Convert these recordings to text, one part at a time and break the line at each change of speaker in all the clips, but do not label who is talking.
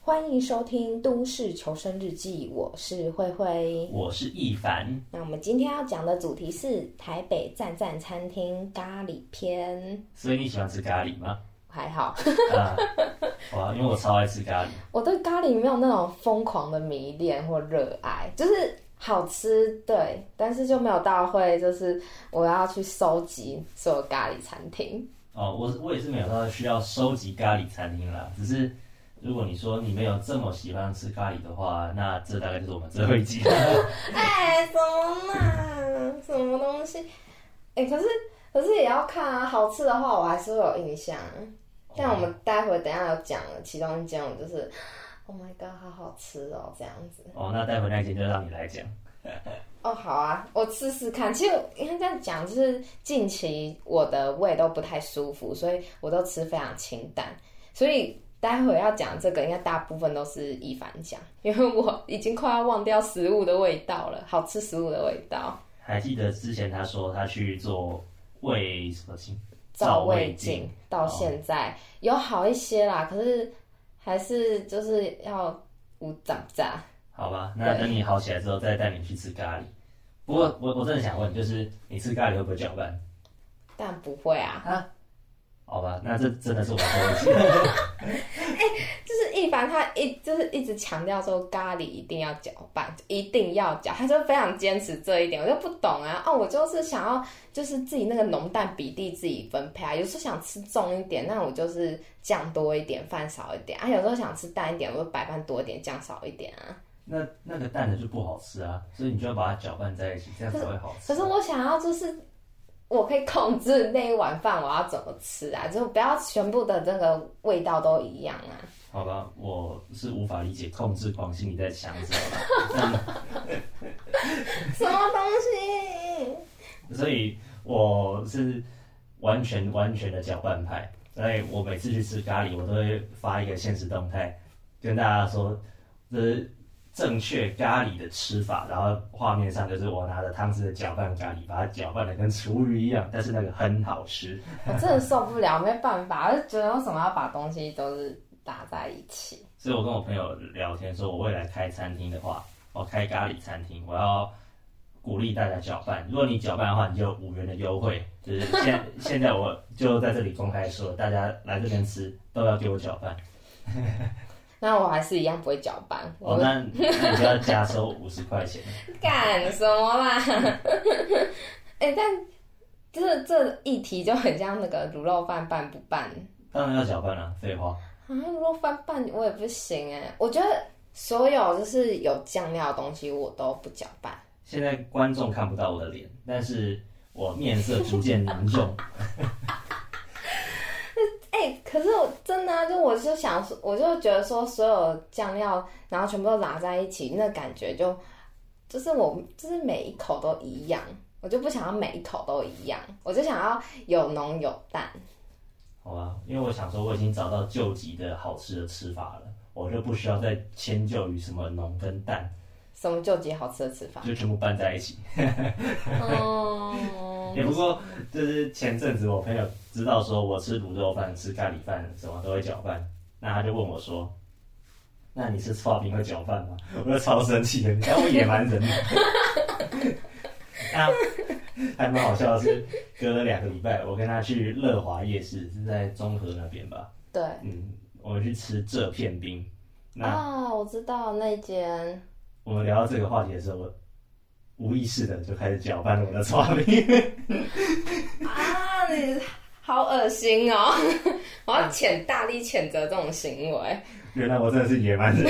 欢迎收听《都市求生日记》，我是慧慧。
我是一凡，
那我们今天要讲的主题是台北赞赞餐厅咖喱篇，
所以你喜欢吃咖喱吗？
还好，
啊，哇，因为我超爱吃咖喱，
我对咖喱没有那种疯狂的迷恋或热爱，就是好吃对，但是就没有到会就是我要去收集所有咖喱餐厅。
哦，我我也是没有到需要收集咖喱餐厅啦，只是如果你说你没有这么喜欢吃咖喱的话，那这大概就是我们最后一集了。
哎，什么嘛，什么东西？哎、可是可是也要看啊，好吃的话我还是会有印象。啊但我们待会等一下有讲了，其中一间我就是，Oh my god，好好吃哦，这样子。
哦，那待会那集就让你来讲。
哦，好啊，我试试看。其实我应该这样讲，就是近期我的胃都不太舒服，所以我都吃非常清淡。所以待会要讲这个，应该大部分都是一凡讲，因为我已经快要忘掉食物的味道了，好吃食物的味道。
还记得之前他说他去做胃什么镜？
照胃镜，到现在、有好一些啦，可是还是就是要无长炸。
好吧，那等你好起来之后再带你去吃咖喱。不过我我真的想问，就是你吃咖喱会不会搅拌？
但不会啊，
好吧，那这真的是我们最后一集。
就是一凡他一就是一直强调说咖喱一定要搅拌，一定要搅，他就非常坚持这一点，我就不懂啊。哦，我就是想要就是自己那个浓淡比例自己分配啊，有时候想吃重一点，那我就是酱多一点，饭少一点啊；有时候想吃淡一点，我就白饭多一点，酱少一点啊。
那那个蛋的就不好吃啊，所以你就要把它搅拌在一起，这样才会好吃。
可
啊
是我想要就是，我可以控制那一碗饭我要怎么吃啊，就不要全部的这个味道都一样啊。
好吧，我是无法理解控制狂心里在想什么
什么东西？
啦，所以我是完全完全的搅拌派。所以我每次去吃咖喱，我都会发一个现实动态，跟大家说这是正确咖喱的吃法。然后画面上就是我拿着汤匙的搅拌咖喱，把它搅拌的跟厨余一样，但是那个很好吃。
我真的受不了，没办法，我就觉得为什么要把东西都是打在一起？
所以我跟我朋友聊天说，我未来开餐厅的话，我开咖喱餐厅，我要鼓励大家搅拌。如果你搅拌的话，你就有五元的优惠。就是现现在我就在这里公开说，大家来这边吃都要给我搅拌。
那我还是一样不会搅拌，
哦，
我
那那你就要加收五十块钱。
干什么啦？ 哎、但就是这议题就很像那个卤肉饭拌不拌
当然要搅拌了、废话。
啊，如果翻拌我也不行哎、我觉得所有就是有酱料的东西我都不搅拌。
现在观众看不到我的脸，但是我面色逐渐凝重。
哎、可是我真的、啊，就我就想说，我就觉得说所有酱料，然后全部都拿在一起，那感觉就就是我就是每一口都一样，我就不想要每一口都一样，我就想要有浓有淡。
好吧，因为我想说我已经找到救急的好吃的吃法了，我就不需要再迁就于什么浓跟淡。
什么救急好吃的吃 法？
就全部拌在一起。
嗯，
也不过就是前阵子我朋友知道说我吃卤肉饭、吃咖喱饭什么都会搅拌，那他就问我说：“那你吃刨冰会搅拌吗？”我就超生气的，你看我野蛮人。那还蛮好笑的是，隔了两个礼拜，我跟他去乐华夜市，是在中和那边吧？
对。
嗯，我们去吃这片冰。那
啊，我知道那间，
我们聊到这个话题的时候，我无意识的就开始搅拌了我的刨冰。
啊，你好恶心哦！ 我要谴大力谴责这种行为。
原来我真的是野蛮人。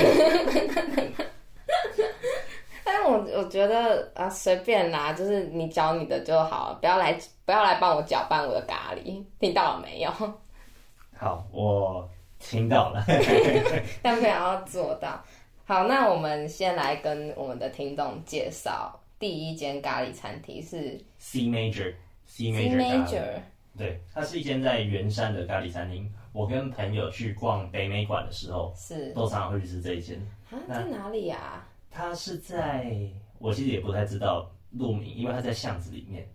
但是我我觉得啊，随便啦，就是你搅你的就好，不要来不要来帮我搅拌我的咖喱，听到了没有？
好，我听到了。
但不想要做到。好，那我们先来跟我们的听众介绍第一间咖喱餐厅是
C major
C
C major 咖喱
Major，
对，它是一间在圆山的咖喱餐厅。我跟朋友去逛北美馆的时候，
是
都常常会去吃这一间。
啊，在哪里啊呀、
它是在我其实也不太知道路名，因为它在巷子里面。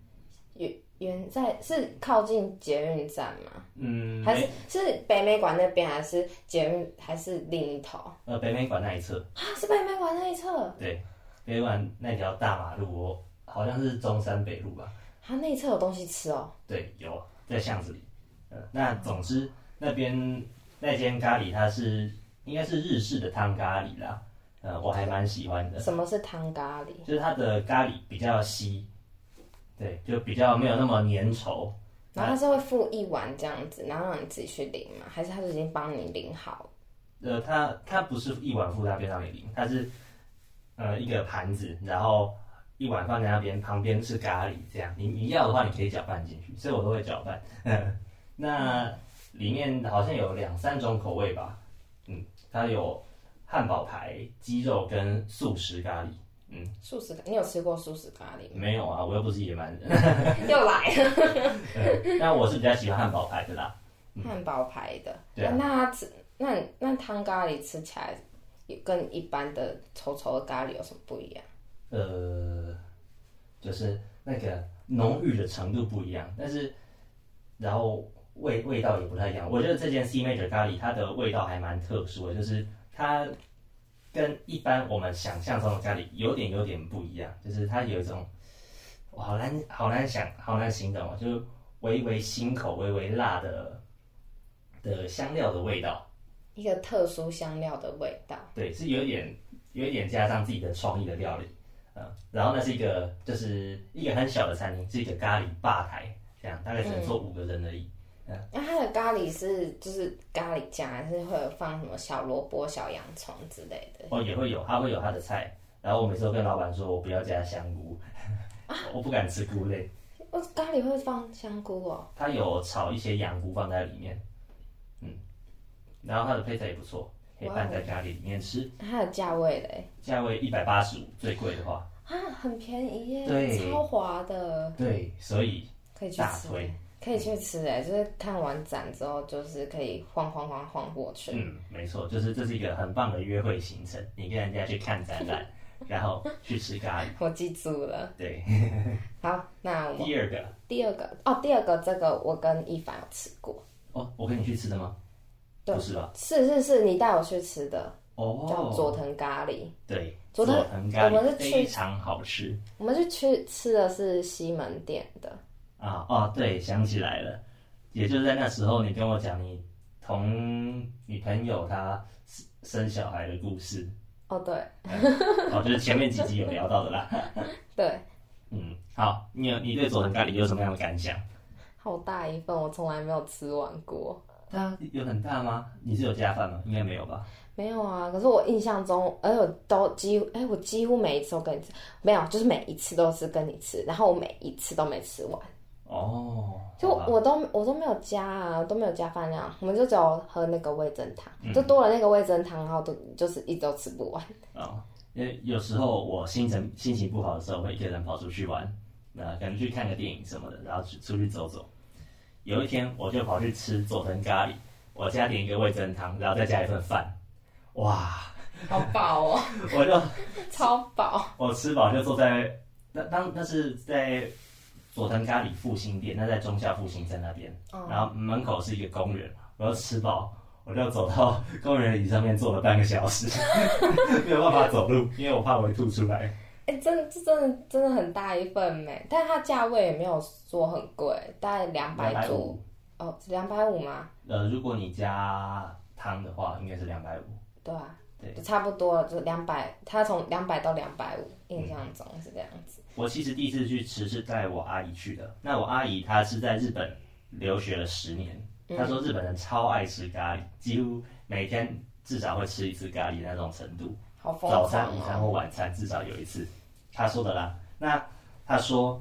圆原在是靠近捷运站吗？
嗯，
还
北
是是北美馆那边，还是捷运，还是另一头啊？
呃北美馆那一侧，
是北美馆那一侧，
对，北美馆那条大马路，我好像是中山北路吧。
它那一侧有东西吃哦。
对，有在巷子里。呃，那总之那边那间咖喱它是应该是日式的汤咖喱啦，呃，我还蛮喜欢的，
什么是汤咖喱？
就是它的咖喱比较稀，对，就比较没有那么粘稠。
然后它是会付一碗这样子，然后让你自己去淋吗？还是它就已经帮你淋好？
呃，它它不是一碗附在边上给淋，它是呃一个盘子，然后一碗放在那边，旁边是咖喱，这样你你要的话，你可以搅拌进去，所以我都会搅拌。 那里面好像有两三种口味吧，嗯，它有汉堡排、鸡肉跟素食咖喱。嗯，
素食咖，你有吃过素食咖 喱吗？
没有啊，我又不是野蛮人。
又来
嗯但我是比较喜欢汉堡排的啦。
汉堡牌的，
嗯对啊
那它吃那那汤咖喱吃起来也跟一般的稠稠的咖喱有什么不一样？
呃，就是那个浓郁的程度不一样，但是然后味味道也不太一样。我觉得这间 C Major 咖喱它的味道还蛮特殊的，就是它跟一般我们想象中的咖喱有点有点不一样，就是它有一种我好难好难想好难形容哦，就是微微辛口、微微辣的的香料的味道。
一个特殊香料的味道，
对，是有一点有一点加上自己的创意的料理，嗯，然后那是一个就是一个很小的餐厅，是一个咖喱吧台，这样大概只能坐五个人而已。
那它的咖喱是就是咖喱酱，还是会有放什么小萝卜、小洋葱之类的？
哦，也会有，他会有他的菜，然后我每次都跟老板说我不要加香菇， 我不敢吃菇类，
哦，咖喱会放香菇哦，
他有炒一些羊菇放在里面，嗯，然后它的配菜也不错，可以拌在咖喱里面吃，
那它的价位嘞
价位一百八十五，最贵的话，
啊，很便宜耶，
对
超划的，
对，所以
可以去
大
吃。
推，
可以去吃哎、就是看完展之后，就是可以晃晃晃晃过去。
嗯，没错，就是这是一个很棒的约会行程。你跟人家去看展览，然后去吃咖喱。
我记住了。
对，
好，那我
第二个
第二个哦，第二个这个我跟一凡有吃过，
哦，我跟你去吃的吗？
对
不是吧？
是是是，你带我去吃的，
哦，
叫佐藤咖喱。
对，
佐藤
藤咖
我们
喱
是去
非常好吃
我们就去吃的是西门店的，
啊！哦，对，想起来了，也就是在那时候，你跟我讲你同女朋友她生生小孩的故事，
哦对
哦，就是前面几集有聊到的啦。
对，
嗯，好，你有你对佐藤咖喱有什么样的感想？
好大一份，我从来没有吃完过。
它有很大吗？你是有加饭吗？应该没有吧？
没有啊，可是我印象中，而且我都几乎，哎，我几乎每一次都跟你吃，没有，就是每一次都是跟你吃，然后我每一次都没吃完。
哦，
就
好吧
我都我都没有加啊，都没有加饭量，我们就只有喝那个味增汤，
嗯
就多了那个味增汤，然后都就是一直都吃不完。
哦，因为有时候我心情心情不好的时候，会一个人跑出去玩，那、可能去看个电影什么的，然后去出去走走。有一天我就跑去吃佐藤咖喱，我加点一个味增汤，然后再加一份饭，哇！
好饱哦，
我就
超饱。
我吃饱就坐在那当那是在佐藤咖喱复兴店，那在中校复兴站那边，
哦
然后门口是一个公园，我就吃饱。我就走到公园椅上面坐了半个小时， 没有办法走路，因为我怕我会吐出来。
哎、真的，这真的真的很大一份没，但它价位也没有说很贵，大概两百左
250，
哦，两百五吗？
呃，如果你加汤的话，应该是两百五。
对啊，
对
就差不多了，就两百，它从两百到两百五，印象中是这样子。
我其实第一次去吃是带我阿姨去的。那我阿姨她是在日本留学了十年，
嗯
她嗯说日本人超爱吃咖喱，几乎每天至少会吃一次咖喱那种程度。
好疯狂
早餐、午餐
哦！
或晚餐至少有一次，他说的啦。那他说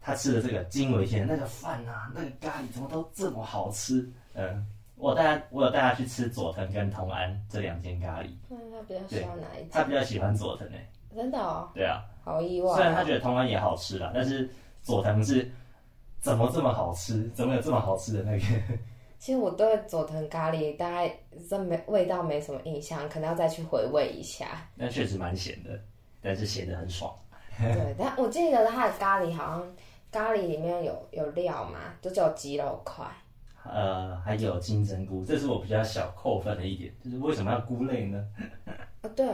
他吃的这个惊为天人，那个饭啊，那个咖喱怎么都这么好吃？嗯，我带他，我有带他去吃佐藤跟同安这两间咖喱，
那他比较喜欢哪一
他
家？
比较喜欢佐藤诶、欸
真的哦，
对啊，
好意外、哦。
虽然他觉得同安也好吃啦，但是佐藤是怎么这么好吃？怎么有这么好吃的那个？
其实我对佐藤咖喱大概真没味道没什么印象，可能要再去回味一 下。
那确实蛮咸的，但是咸的很爽。
对，但我记得它的咖喱好像咖喱里面有有料吗？就只有鸡肉块。
呃，还有金针菇，这是我比较小扣分的一点，就是为什么要菇类呢？
啊，对，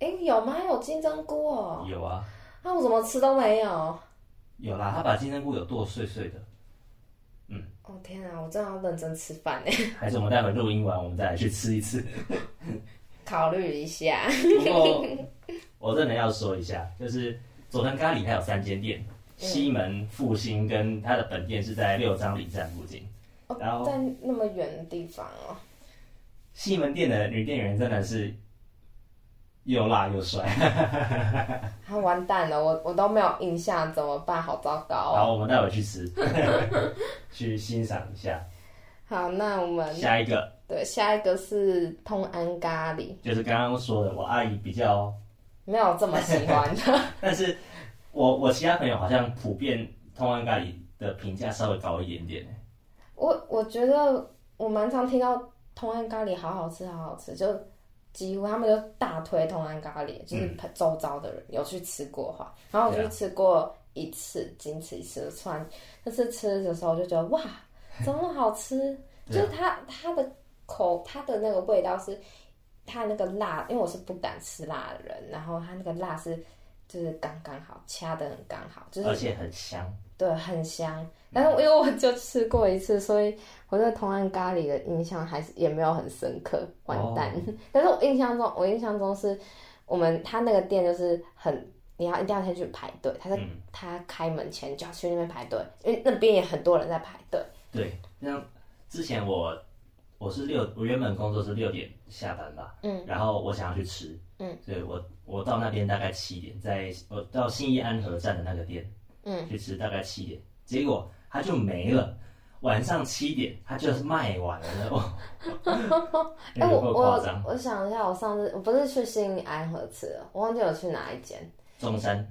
哎、有吗？有金针菇哦、
有啊，
那、我怎么吃都没有。哦
有啦，他把金针菇有剁碎碎的，
天啊，我真的要认真吃饭哎，
还是我们待会录音完我们再来去吃一 次。
考虑一下。
不过我真的要说一下，就是佐藤咖喱它有三间店，
嗯
西门、复兴跟它的本店是在六张里站附近。
哦
然后，
在那么远的地方哦、
西门店的女店员真的是又辣又帅，
啊，完蛋了，我我都没有印象，怎么办？好糟糕
然
哦、
后我们待会去 吃，去欣赏一下。
好，那我们
下一个
对下一个是通安咖喱，
就是刚刚说的，我阿姨比较，
没有这么喜欢的。
但是我我其他朋友好像普遍通安咖喱的评价稍微高一点点。
我我觉得我蛮常听到通安咖喱好好吃，好好吃，就几乎他们就大推通安咖喱，就是周遭的人有去吃过哈。然后我
嗯对啊
就吃过一次，仅此一次。我突然那次吃的时候就觉得 哇，怎么那么好吃？就
对啊
是它它的口它的那个味道是它那个辣，因为我是不敢吃辣的人，然后它那个辣是就是刚刚好，掐的很刚好，就是
而且很香，
对，很香。但是因为我就吃过一次，所以我对同安咖喱的印象还是也没有很深刻，完蛋。
哦
但是我印象中，我印象中是我们他那个店就是很，你要一定要先去排队，他在、
嗯
他开门前就要去那边排队，因为那边也很多人在排队。
对。像之前我我是六，我原本工作是六点下班吧，
嗯，
然后我想要去吃，
嗯，
所以我我到那边大概七点，在我到信义安和站的那个店，
嗯，
去吃大概七点，结果它就没了。晚上七点，它就是卖完了， 哦，
哎、
嗯有
我
够夸张
我。我想一下，我上次我不是去新安和吃的，我忘记我去哪一间。
中山，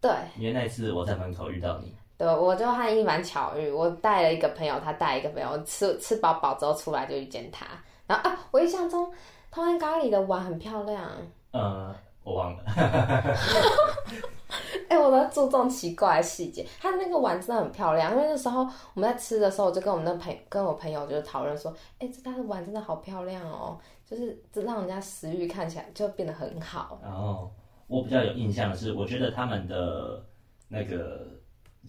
对，
因为那一次我在门口遇到你，
对，我就和一蛮巧遇，我带了一个朋友，他带一个朋友，吃吃饱饱之后出来就遇见他。然后啊，我印象中通安咖喱的碗很漂亮，
呃，我忘了，
哎、我都注重奇怪的细节。它那个碗真的很漂亮，因为那时候我们在吃的时候，我就跟我们那朋跟我朋友就是讨论说，哎、这家的碗真的好漂亮哦，就是这让人家食欲看起来就变得很好。
然后我比较有印象的是，我觉得他们的那个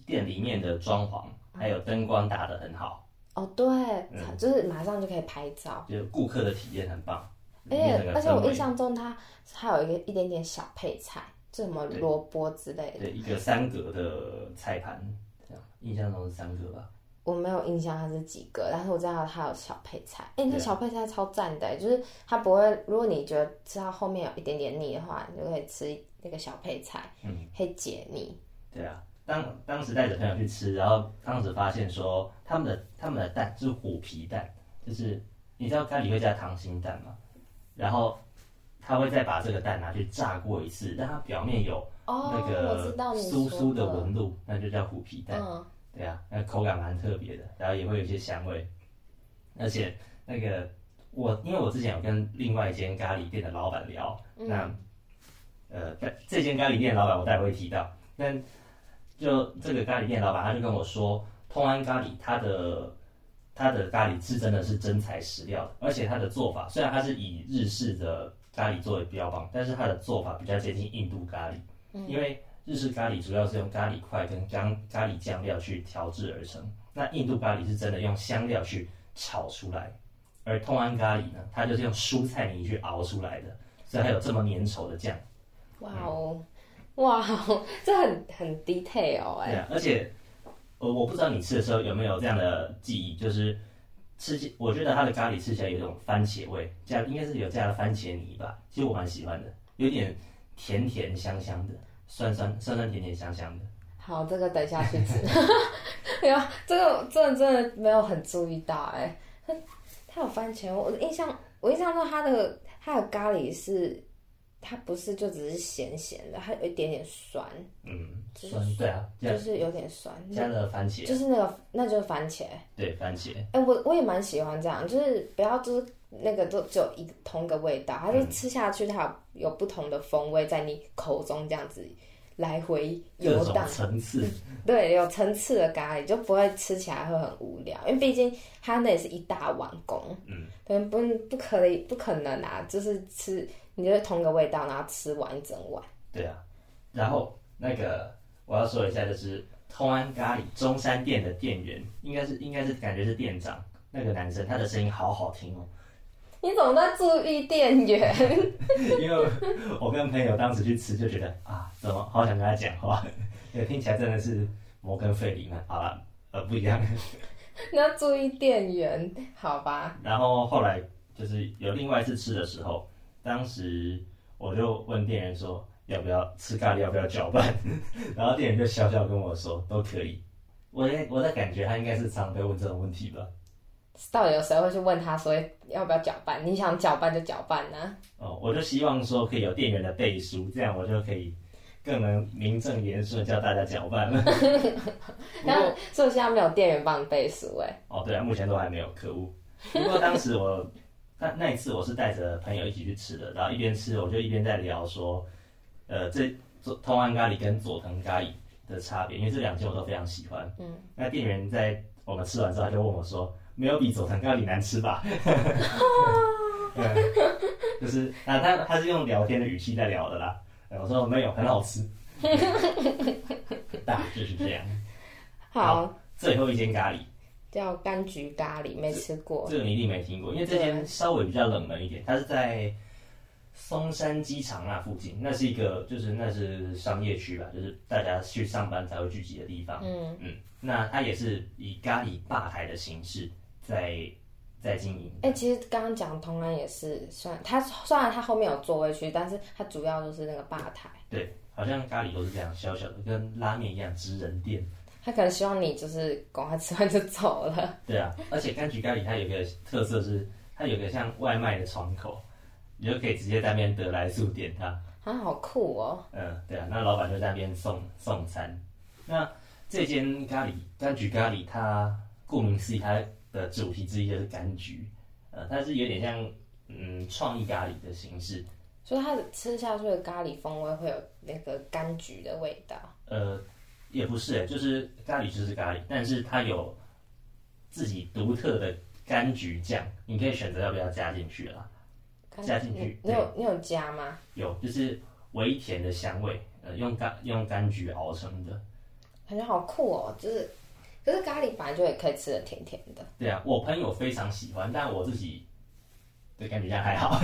店里面的装潢还有灯光打得很好，
哦，对，就是马上就可以拍照。
就是顾客的体验很棒。
而
里面
且
整个
哎而且我
氛围
印象中它它有一个一点点小配菜，就什么
对
萝卜之类的。
对，一个三格的菜盘，这样印象中是三格吧？
我没有印象它是几个，但是我知道它有小配菜。哎、那
对啊
小配菜超赞的、欸就是它不会，如果你觉得吃到后面有一点点腻的话，你就可以吃那个小配菜，
嗯，
可以解腻。
对啊。当当时带着朋友去吃，然后当时发现说他们的他们的蛋是虎皮蛋，就是你知道咖喱会加溏心蛋吗？然后他会再把这个蛋拿去炸过一次，让它表面有
哦，
那
我
个
知道你
酥酥的
说
纹路，那就叫虎皮蛋。
嗯，
对啊，那口感蛮特别的，然后也会有一些香味，而且那个我因为我之前有跟另外一间咖喱店的老板聊，
嗯
那呃但这间咖喱店老板我待会会提到，但就这个咖喱店老板他就跟我说，通安咖喱它的它的咖喱是真的是真材实料的，而且它的做法虽然它是以日式的咖喱作为标榜，但是它的做法比较接近印度咖喱，因为日式咖喱主要是用咖喱块跟干咖喱酱料去调制而成，那印度咖喱是真的用香料去炒出来，而通安咖喱呢，它就是用蔬菜泥去熬出来的，所以它有这么粘稠的酱。
哇哦，哇哦， 这很很 detail 哎、
对啊，而且我我不知道你吃的时候有没有这样的记忆，就是吃起我觉得它的咖喱吃起来有一种番茄味，加应该是有加了番茄泥吧，其实我蛮喜欢的，有点甜甜香香的，酸酸酸酸甜甜香香的。
好，这个等一下去吃。 哎呀，这个真的真的没有很注意到哎、它有番茄，我印象我印象中它的它的咖喱是，它不是就只是咸咸的，它有一点点酸，
嗯，
就是
酸对啊，加
就是有点酸，
加了番茄，
就是那个那就是番茄。
对番茄，
哎、我我也蛮喜欢这样，就是不要就是那个都只有一同一个味道，它就吃下去它有有不同的风味在你口中这样子来回
各
游
种
荡，
层次，
对，有层次的咖喱就不会吃起来会很无聊，因为毕竟它那也是一大碗公，
嗯，
对，不不可以，不可能啊，就是吃你就是同个味道，然后吃完一整碗，
对啊。然后那个我要说一下，就是通安咖喱中山店的店员，应该是应该是感觉是店长那个男生，他的声音好好听哦。
你怎么在注意店员？
因为我跟朋友当时去吃，就觉得啊，怎么好想跟他讲话，因为听起来真的是摩根费里曼。好了，呃，不一样。
你要注意店员，好吧？
然后后来就是有另外一次吃的时候，当时我就问店员说要不要吃咖喱，要不要搅拌， 然后店员就笑笑跟我说都可以。我在我在感觉他应该是常被问这种问题吧。
到底有谁会去问他说要不要搅拌？你想搅拌就搅拌呐、
哦，我就希望说可以有店员的背书，这样我就可以更能名正言顺教大家搅拌了。不
然
过
后，所以我现在没有店员帮你背书哎、
哦，对啊，目前都还没有，可恶。不过当时我那那一次我是带着朋友一起去吃的，然后一边吃我就一边在聊说，呃，这左通安咖喱跟佐藤咖喱的差别，因为这两间我都非常喜欢。
嗯，
那店员在我们吃完之后，他就问我说：“没有比佐藤咖喱难吃吧？”嗯就是啊，他他是用聊天的语气在聊的啦。呃我说没有，很好吃。 大致是这样。
好，
最后一间咖喱，
叫柑橘咖喱，没吃过。
这个你一定没听过，因为这间稍微比较冷门一点，它是在松山机场那附近，那是一个就是那是商业区吧，就是大家去上班才会聚集的地方。
嗯，
嗯，那它也是以咖喱吧台的形式在在经营。
哎、其实刚刚讲同安也是算，它虽然它后面有座位区，但是它主要就是那个吧台，
对，好像咖喱都是这样小小的，跟拉面一样，直人店。
它可能希望你就是赶快吃完就走了。
对啊，而且柑橘咖喱它有一个特色是，它有一个像外卖的窗口，你就可以直接在那边得来速点它。
啊，好酷哦！
嗯，对啊，那老板就在那边送送餐。那这间咖喱柑橘咖喱，它顾名思义，它的主题之一就是柑橘，呃，它是有点像嗯创意咖喱的形式，
所以它的吃下去的咖喱风味会有那个柑橘的味道。
呃，也不是、欸，就是咖喱就是咖喱，但是它有自己独特的柑橘酱，你可以选择要不要加进去啦。
柑
加进去
你你有你有加吗？
有就是微甜的香味，呃，用柑用柑橘熬成的。
感觉好酷哦，就是，可是咖喱本来就也可以吃的甜甜的。
对啊，我朋友非常喜欢，但我自己对感觉上还 好。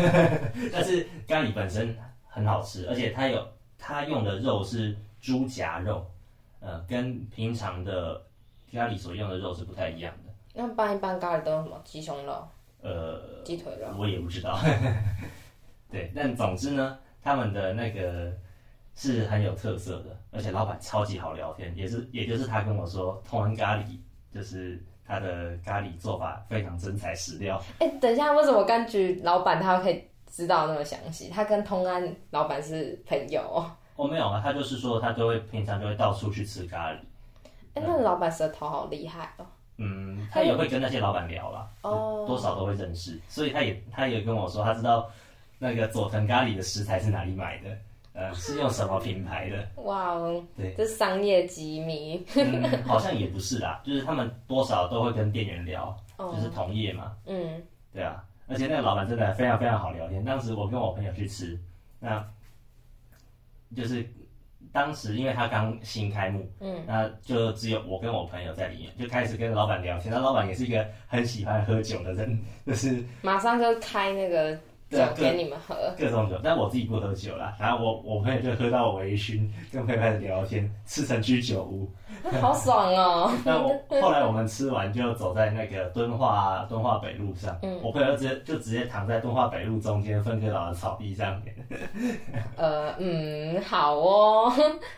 但是咖喱本身很好吃，而且它有它用的肉是猪夹肉，呃，跟平常的咖喱所用的肉是不太一样的。
那拌一拌咖喱都有什么？鸡胸肉、
呃，
鸡腿肉，
我也不知道。 对，但总之呢，他们的那个是很有特色的，而且老板超级好聊天，也是也就是他跟我说，通安咖喱就是他的咖喱做法非常真材实料。
哎、等一下，为什么柑橘老板他可以知道那么详细？他跟通安老板是朋友、哦。
哦，没有啊，他就是说他都会平常就会到处去吃咖喱，
哎、那老板舌头好厉害哦。
嗯，他也会跟那些老板聊啦，
哦
多少都会认识，所以他也他也跟我说他知道那个佐藤咖喱的食材是哪里买的，呃，是用什么品牌 的，
哇哦，
对
这是商业机密。
嗯，好像也不是啦，就是他们多少都会跟店员聊，
哦
就是同业嘛，
嗯，
对啊，而且那个老板真的非常非常好聊天。当时我跟我朋友去吃，那就是当时因为他刚新开幕，嗯，那就只有我跟我朋友在里面，就开始跟老板聊天。那老板也是一个很喜欢喝酒的人，就是
马上就开那个酒
对啊
给你们喝。
各种酒，但我自己不喝酒啦。然后我我朋友就喝到微醺，跟朋友开始聊天，吃成居酒屋。
好爽哦！
那我后来我们吃完就走在那个敦化敦化北路上，我朋友直接就直接躺在敦化北路中间分割岛的草地上面，
呃，嗯，好哦，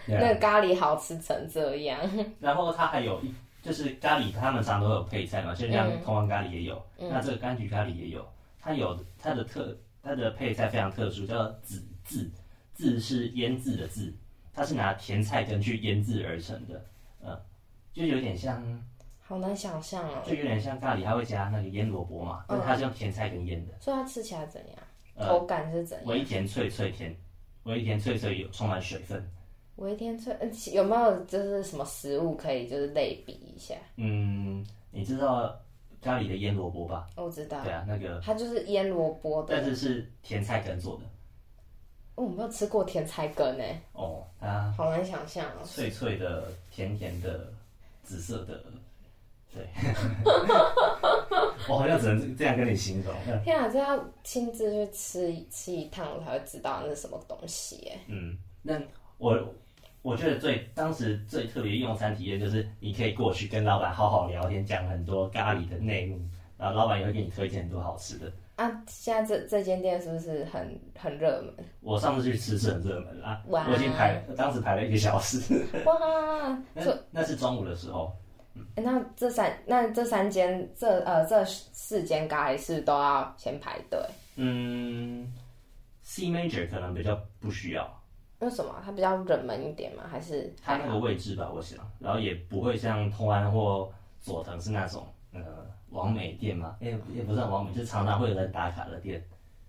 对啊
那个咖喱好吃成这样。
然后它还有一就是咖喱，他们常都有配菜嘛，就像
嗯
通王咖喱也有，那这个柑橘咖喱也有，它有它的特它的配菜非常特殊，叫籽渍，渍是腌制的渍，它是拿甜菜根去腌制而成的，嗯，就有点像
好难想象哦，
就有点像咖喱，它会加那个腌萝卜嘛，
嗯
但它是用甜菜根腌的。
所以它吃起来怎样？
呃
口感是怎样？
微甜脆脆甜，微甜脆脆有充满水分，
我一天最嗯有没有就是什么食物可以就是类比一下？
嗯，你知道咖喱的腌萝卜吧？
我知道，
对啊，那个，
它就是腌萝卜的。
但是是甜菜根做的
哦我没有吃过甜菜根诶，
哦，它
好难想象哦。
脆脆的、甜甜的、紫色的，对， 我好像只能这样跟你形容。
天啊，这要亲自去吃一吃一趟，我才会知道那是什么东西耶。
嗯，那我我觉得最当时最特别用餐体验就是，你可以过去跟老板好好聊天，讲很多咖喱的内幕，然后老板也会给你推荐很多好吃的。
啊，现在这这间店是不是很很热门？
我上次去吃是很热门啦，
哇
我已经排，当时排了一个小时，
哇，
那
这
那是中午的时候，
那这三那这三间这呃这四间咖喱是都要先排队，
嗯，C major 可能比较不需要。
为什么？它比较冷门一点吗？还是
它那个位置吧，我想，然后也不会像通安或佐藤是那种呃完美店嘛，也也不是很完美，就是常常会有人打卡的店。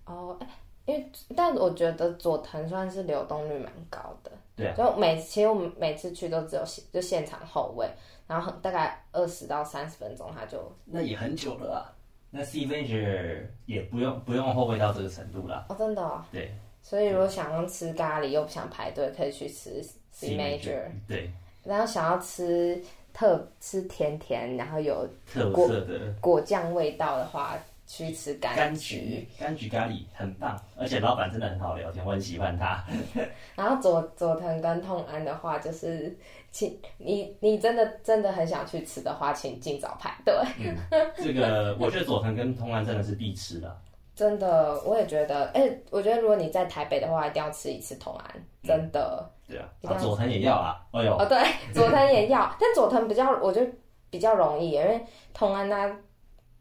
哦，哎因为但我觉得佐藤算是流动率蛮高的，
对啊，
就每其实我们每次去都只有现就现场后位，然后很大概二十到三十分钟，他就
那也很久了啊啦。那 C Major 也不用不用后卫到这个程度啦。
哦真的哦，
对
所以如果想要吃咖喱又不想排队，可以去吃 C major，
对
然后想要吃特吃甜甜，然后有
特色的
果酱味道的话，去吃柑
柑橘柑橘咖喱很棒，而且老板真的很好聊天，我很喜欢 他。
然后佐佐藤跟痛安的话，就是请你你真的真的很想去吃的话，请尽早排队。
嗯这个我觉得佐藤跟通安真的是必吃的。
真的，我也觉得，哎、我觉得如果你在台北的话，一定要吃一次同安，真的。
对啊，
一定
啊
要
佐藤也要啊，哎呦，
哦，对， 佐藤也要，但佐藤比较，我觉得比较容易，因为同安它、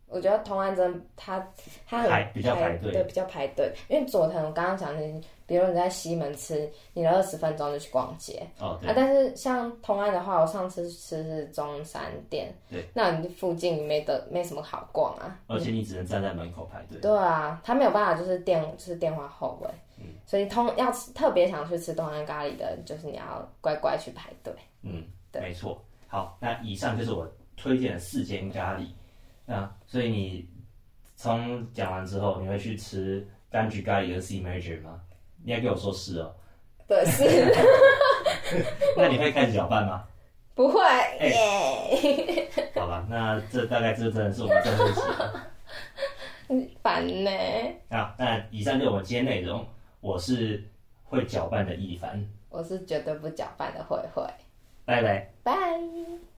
我觉得同安真的它它很
排比较排队
对，比较排队。因为佐藤，我刚刚讲的，比如你在西门吃，你的二十分钟就去逛街，
哦对
啊，但是像同安的话，我上次吃是中山店，
对，
那你附近没得没什么好逛啊，
而且你只能站在门口排队。
对啊，他没有办法就是电就是电话后尾，
嗯
所以通要吃特别想去吃东安咖喱的，就是你要乖乖去排 队。
嗯，
对
没错。好，那以上就是我推荐的四间咖喱。那所以你从讲完之后，你会去吃柑橘咖喱跟 C major 吗？你要给我说是哦。
对，是
那你会开始搅拌吗？
不会
哎
耶，
好吧，那这大概这真的是我们最后一集了。
烦呢、
那那以上就是我们今天内容。我是会搅拌的一凡，
我是绝对不搅拌的慧慧，
拜拜。
拜。